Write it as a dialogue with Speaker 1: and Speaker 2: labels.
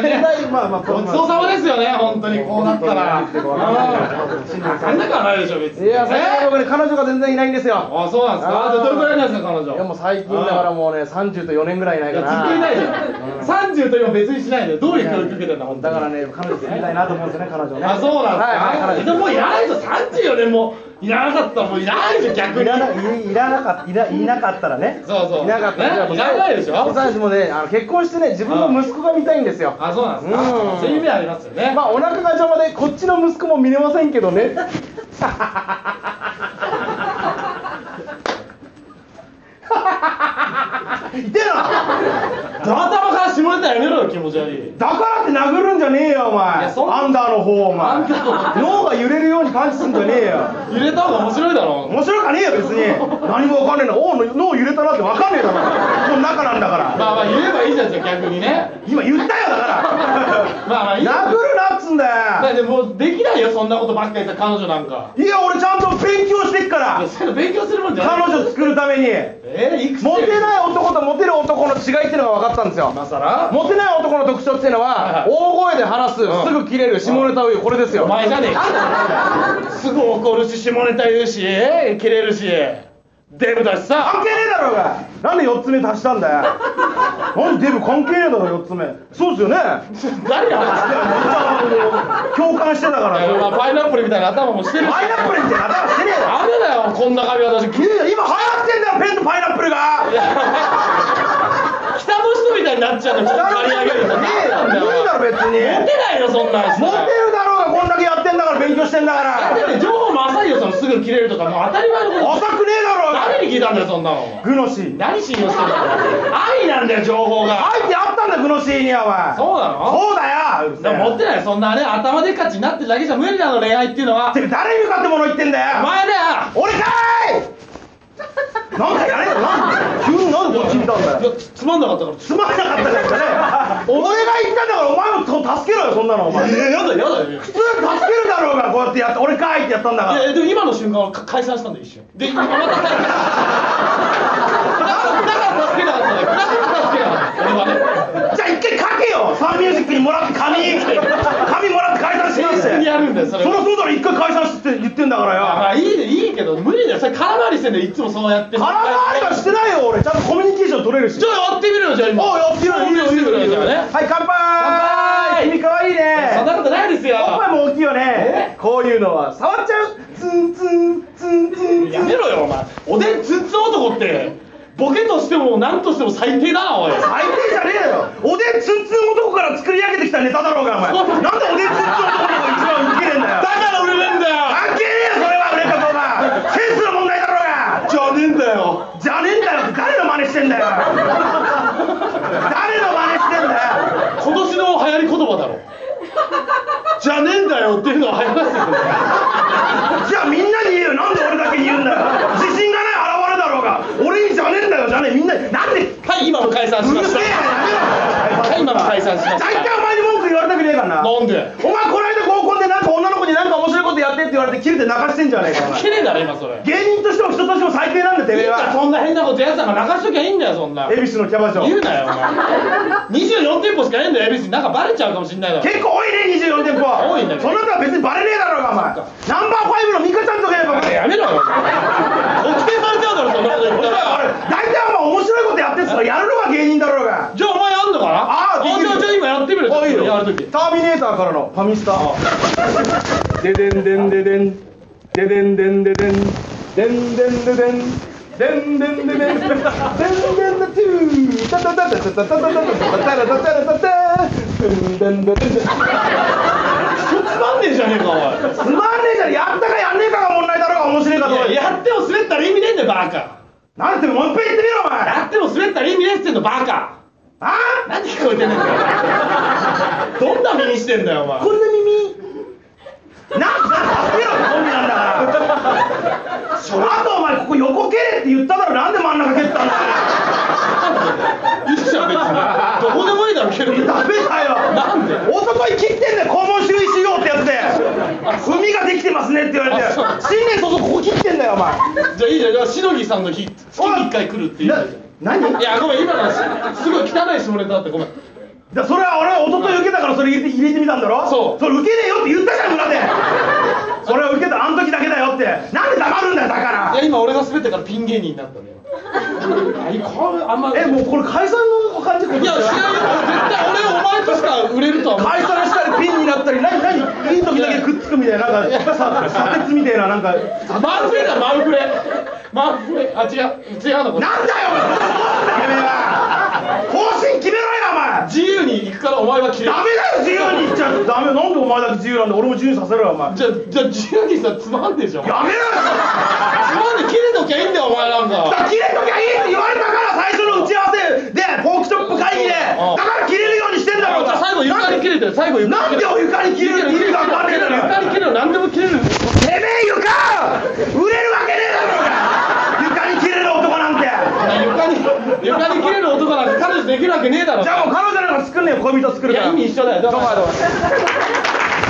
Speaker 1: あまあごちそうさまですよね本当にこうなったら
Speaker 2: 本当に本当に
Speaker 1: うんそんなことはないでしょ別に
Speaker 2: いや、最近僕ね、彼女が全然いないんですよ。
Speaker 1: あそうなんですか
Speaker 2: あー
Speaker 1: でどれくらいなんですか彼女
Speaker 2: いや、もう最近だからもうね、30と4年ぐらいいない
Speaker 1: い
Speaker 2: か
Speaker 1: やずっ
Speaker 2: な。
Speaker 1: といないじゃん30と今別にしないでどういう教育受けてんだ本当
Speaker 2: だ
Speaker 1: に
Speaker 2: からね、彼女作りたいなと思うんですよね、彼女ね。
Speaker 1: あそうなんですか、
Speaker 2: はい、はい、
Speaker 1: で
Speaker 2: 彼
Speaker 1: も
Speaker 2: 女。
Speaker 1: もういらないと34年もいらなかったらもういらないでしょ逆に
Speaker 3: いらないらなかいらいなかったらね
Speaker 1: そうそう
Speaker 2: いなかった
Speaker 1: ねいらないでしょ
Speaker 2: 僕たちもね、あの結婚してね、自分の息子が見たいんですよ。
Speaker 1: あそうなんですか
Speaker 2: うん
Speaker 1: そういう夢ありますよね、
Speaker 2: まあ、お腹が邪魔で、こっちの息子も見れませんけどね。
Speaker 3: いてな
Speaker 1: 頭から下ネタやめろよ気持ち悪い
Speaker 3: だからって殴るんじゃねえよお前
Speaker 1: やそん
Speaker 3: アンダーの方お
Speaker 1: ア
Speaker 3: 前
Speaker 1: ンダー
Speaker 3: 脳が揺れるように感じすんじゃねえよ
Speaker 1: 入れた方が面白いだろ
Speaker 3: 面白かねえよ別に何もわかんねえなおう脳揺れたなってわかんねえだろこの中なんだから
Speaker 1: まあまあ言えばいいじゃんじゃあ逆にね
Speaker 3: 今言ったよだか
Speaker 1: まあまあい
Speaker 3: ら
Speaker 1: いよ
Speaker 3: 殴るなっつん
Speaker 1: だっ
Speaker 3: だよ
Speaker 1: てもうできないよそんなことばっかりさ彼女なんか
Speaker 3: いや俺ちゃんと勉強してっから
Speaker 1: それ勉強するもんじゃない
Speaker 3: 彼女作るために
Speaker 1: えー、いくつ
Speaker 2: モテない男とモテる男の違いっていうのが分かったんですよ。
Speaker 1: 今さら
Speaker 2: モテない男の特徴っていうのは、
Speaker 1: はい
Speaker 2: 大声で話す、すぐ切れる、下ネタを言う、これですよ。
Speaker 1: お前じゃねえかすぐ怒るし下ネタ言うしキレるしデブだしさ
Speaker 3: 関係ねえだろうがなんで4つ目足したんだよなんでデブ関係ねえだろ4つ目そうっすよ ね
Speaker 1: 誰が話してんの
Speaker 3: 共感してたから
Speaker 1: いやまあパイナップルみたいな頭もしてるし
Speaker 3: パイナップルみたいな頭してねえだろ
Speaker 1: ダメだよこんな髪 私き
Speaker 3: いや今流行ってんだよペンとパイナップルが
Speaker 1: 北の人みたいになっちゃうの北刈り上げる
Speaker 3: ねえ
Speaker 1: なんだよ
Speaker 3: いいだろ別
Speaker 1: モ
Speaker 3: に
Speaker 1: テないよそんなん
Speaker 3: モテるだろうがこんだけやってんだから勉強してんだから
Speaker 1: だって情報も浅いよそのすぐ切れるとかもう当たり前のこ
Speaker 3: 浅
Speaker 1: と
Speaker 3: くねえだろうが
Speaker 1: 誰に聞いたんだよそんなの
Speaker 3: グノシー
Speaker 1: 何信用してんだよ愛なんだよ情報が
Speaker 3: 愛ってあったんだグノシーにはお前
Speaker 1: そうなの
Speaker 3: そうだようるせ
Speaker 1: で
Speaker 3: え
Speaker 1: も持ってないよそんなね頭でっかちになってるだけじゃ無理なの恋愛っていうのは
Speaker 3: てめえ誰に向かって物言ってんだ
Speaker 1: お
Speaker 3: よ
Speaker 1: 前だよ
Speaker 3: 俺かいなんでやれなんで急になんでこっち見たんだ
Speaker 1: い
Speaker 3: よ
Speaker 1: やつつまんなかったから
Speaker 3: つまんなかったからね俺が言ったんだからお前もそう助けろよそんなのお前普通
Speaker 1: やだやだよい
Speaker 3: 助けるだろうがこうやってやって俺かいってやったんだから
Speaker 1: やでも今の瞬間はか解散したんだよ一瞬で今また再開 しただからだから助けなかったんだよだから助けなかった俺はね
Speaker 3: じゃあ一回書けよサンミュージックにもらって紙紙もらって解散します
Speaker 1: 普通に
Speaker 3: よ
Speaker 1: やるんだよそれ
Speaker 3: そ
Speaker 1: は
Speaker 3: りゃそうだろ一回解散してって言ってんだから
Speaker 1: あま
Speaker 3: よ
Speaker 1: あいいねいいけど無理だよそれ空回りしてんだよいつもそうやって
Speaker 3: 空回りはしてないよ俺ちゃんとコミュニケーション取れるし
Speaker 1: ちょっとやってみろよじゃあ今
Speaker 3: おうやってみろいいよ
Speaker 1: やってみろよじゃあね
Speaker 3: はい乾杯君可愛い
Speaker 1: そんな
Speaker 3: ね
Speaker 1: ことないですよ
Speaker 3: おっぱいも大きいよね
Speaker 1: え
Speaker 3: こういうのは触っちゃうツンツンツンツンツ
Speaker 1: や
Speaker 3: ン
Speaker 1: めろよお前おでんツンツン男ってボケとしても何としても最低だなおい
Speaker 3: 相手じゃねえよおでんツンツン男から作り上げてきたネタだろうがお前
Speaker 1: そう
Speaker 3: なんでおでんツンツン男の方が一番ウケねえんだよ
Speaker 1: だから売れねえんだよ
Speaker 3: 関係ねえよそれは売れ方お前センスの問題だろうが
Speaker 1: じゃねえんだよ
Speaker 3: じゃねえんだよ誰の真似してんだよ誰の真似してんだよ
Speaker 1: 今年の流行り言葉だろじゃねえんだよっていうのを流行らせてるんだよ
Speaker 3: じゃあみんなに言えよなんで俺だけに言うんだよ自信がない現れだろうが俺にじゃねえんだよじゃねえみんなになんでうる
Speaker 1: はい今も解散しまし
Speaker 3: せえ
Speaker 1: た
Speaker 3: よやめろ
Speaker 1: はい今も解散しました
Speaker 3: 大体お前に文句言われたくねえからなお
Speaker 1: なんで
Speaker 3: 前この間合コンでなんか女の子になんか面白いことやってって言われてキレて泣かしてんじゃねえかお前
Speaker 1: 綺麗だろ今それ
Speaker 3: 芸人としても人としても最低なんだよてめえは
Speaker 1: そんな変なことやつなんか流しときゃいいんだよそんな
Speaker 3: 恵比寿のキャバ嬢
Speaker 1: 言うなよお前24店舗しかねえんだよ恵比寿になんかバレちゃうかもしんないだろ
Speaker 3: 結構多いね24店舗
Speaker 1: 多いんだけど
Speaker 3: その他は別にバレねえだろうがお前ナンバー5のミカちゃんとかやればお前
Speaker 1: やめろよお前特定されちゃうだろそんなこと言ったら
Speaker 3: 大体お前面白いことやってっすからやるのが芸人だろうが
Speaker 1: じゃあお前やんのかな
Speaker 3: あーできる
Speaker 1: じゃあじゃあ今やってみる
Speaker 3: あいいよ
Speaker 1: やるとき
Speaker 3: ターミネーターからのファミスタデデンデンデデンデデンデンデデンデンデンデデンデンデンデデンデンデンデデンデトゥータタタタタタタタタタタタタタデンデンデデンデン
Speaker 1: つまんねえじゃねえかお
Speaker 3: つまんねえじゃんやったかやんねえかが問題だろうが面白いかどう
Speaker 1: いい
Speaker 3: か
Speaker 1: ややっても滑ったら意味ねえんだよバカ
Speaker 3: なんてもう一回言ってみろお前
Speaker 1: やっても滑ったら意味ねえっつってんのバカ
Speaker 3: あ
Speaker 1: 何聞こえてねえんだよどんな耳してんだよお前
Speaker 3: こんな耳なんだ助けろコンビなんだからその後お前ここ横蹴れって言っただろなんで真ん中蹴ったんだよ
Speaker 1: いいじゃん別にどこでもいいだろ蹴る
Speaker 3: ダメだよ
Speaker 1: なんで
Speaker 3: おととい切ってんだよ肛門周囲しようってやつで海ができてますねって言われて
Speaker 1: あそう
Speaker 3: 新年早々ここ切ってんだよお前
Speaker 1: じゃあいいじゃんじゃあしのぎさんの日月に一回来るっていう
Speaker 3: な何
Speaker 1: いやごめん今のはすごい汚い下ネタだってごめん
Speaker 3: だからそれは俺は一昨日受けたからそれ入れて入れてみたんだろ
Speaker 1: そう
Speaker 3: それ受けねえよって言ったじゃん村でそれは受けたあの時だけだよってなんで黙るんだよだから
Speaker 1: いや今俺が滑ったからピン芸人になったのよあいこうあんま
Speaker 3: えもうこれ解散の感じこれ
Speaker 1: いや違うよ絶対俺お前としか売れるとは思う
Speaker 3: 解散したりピンになったり何何いい時だけくっつくみたいななんかさ砂鉄みたいななんか
Speaker 1: マンフレだマンフレマンフレあ違う違うのこれ
Speaker 3: なんだよお前方針決めろよお前
Speaker 1: 自由に行くからお前は切れる
Speaker 3: ダメだよ自由に言っちゃうとダメなんでお前だけ自由なんだ俺も自由にさせろよお前
Speaker 1: じゃじゃ自由にさつまんでしょつ
Speaker 3: やめろよ
Speaker 1: まんで切れときゃいいんだよお前なん
Speaker 3: だか
Speaker 1: から
Speaker 3: 切れときゃいいって言われたから最初の打ち合わせでフォークショップ会議でだから切れるようにしてんだろうが
Speaker 1: 最後床に切れてる最後床
Speaker 3: なんでお床に切れるって意味が分かんねえだろ
Speaker 1: 床に切れる何でも切れる
Speaker 3: てめえ床売れるわけねえだろうが床に切れる男なんて
Speaker 1: 床に床に切れる男なんて彼女できるわけねえだろ
Speaker 3: じゃあもう彼女なんか作んねえよ恋人作る
Speaker 1: い
Speaker 3: か
Speaker 1: や
Speaker 3: ら
Speaker 1: 意味一緒だよだから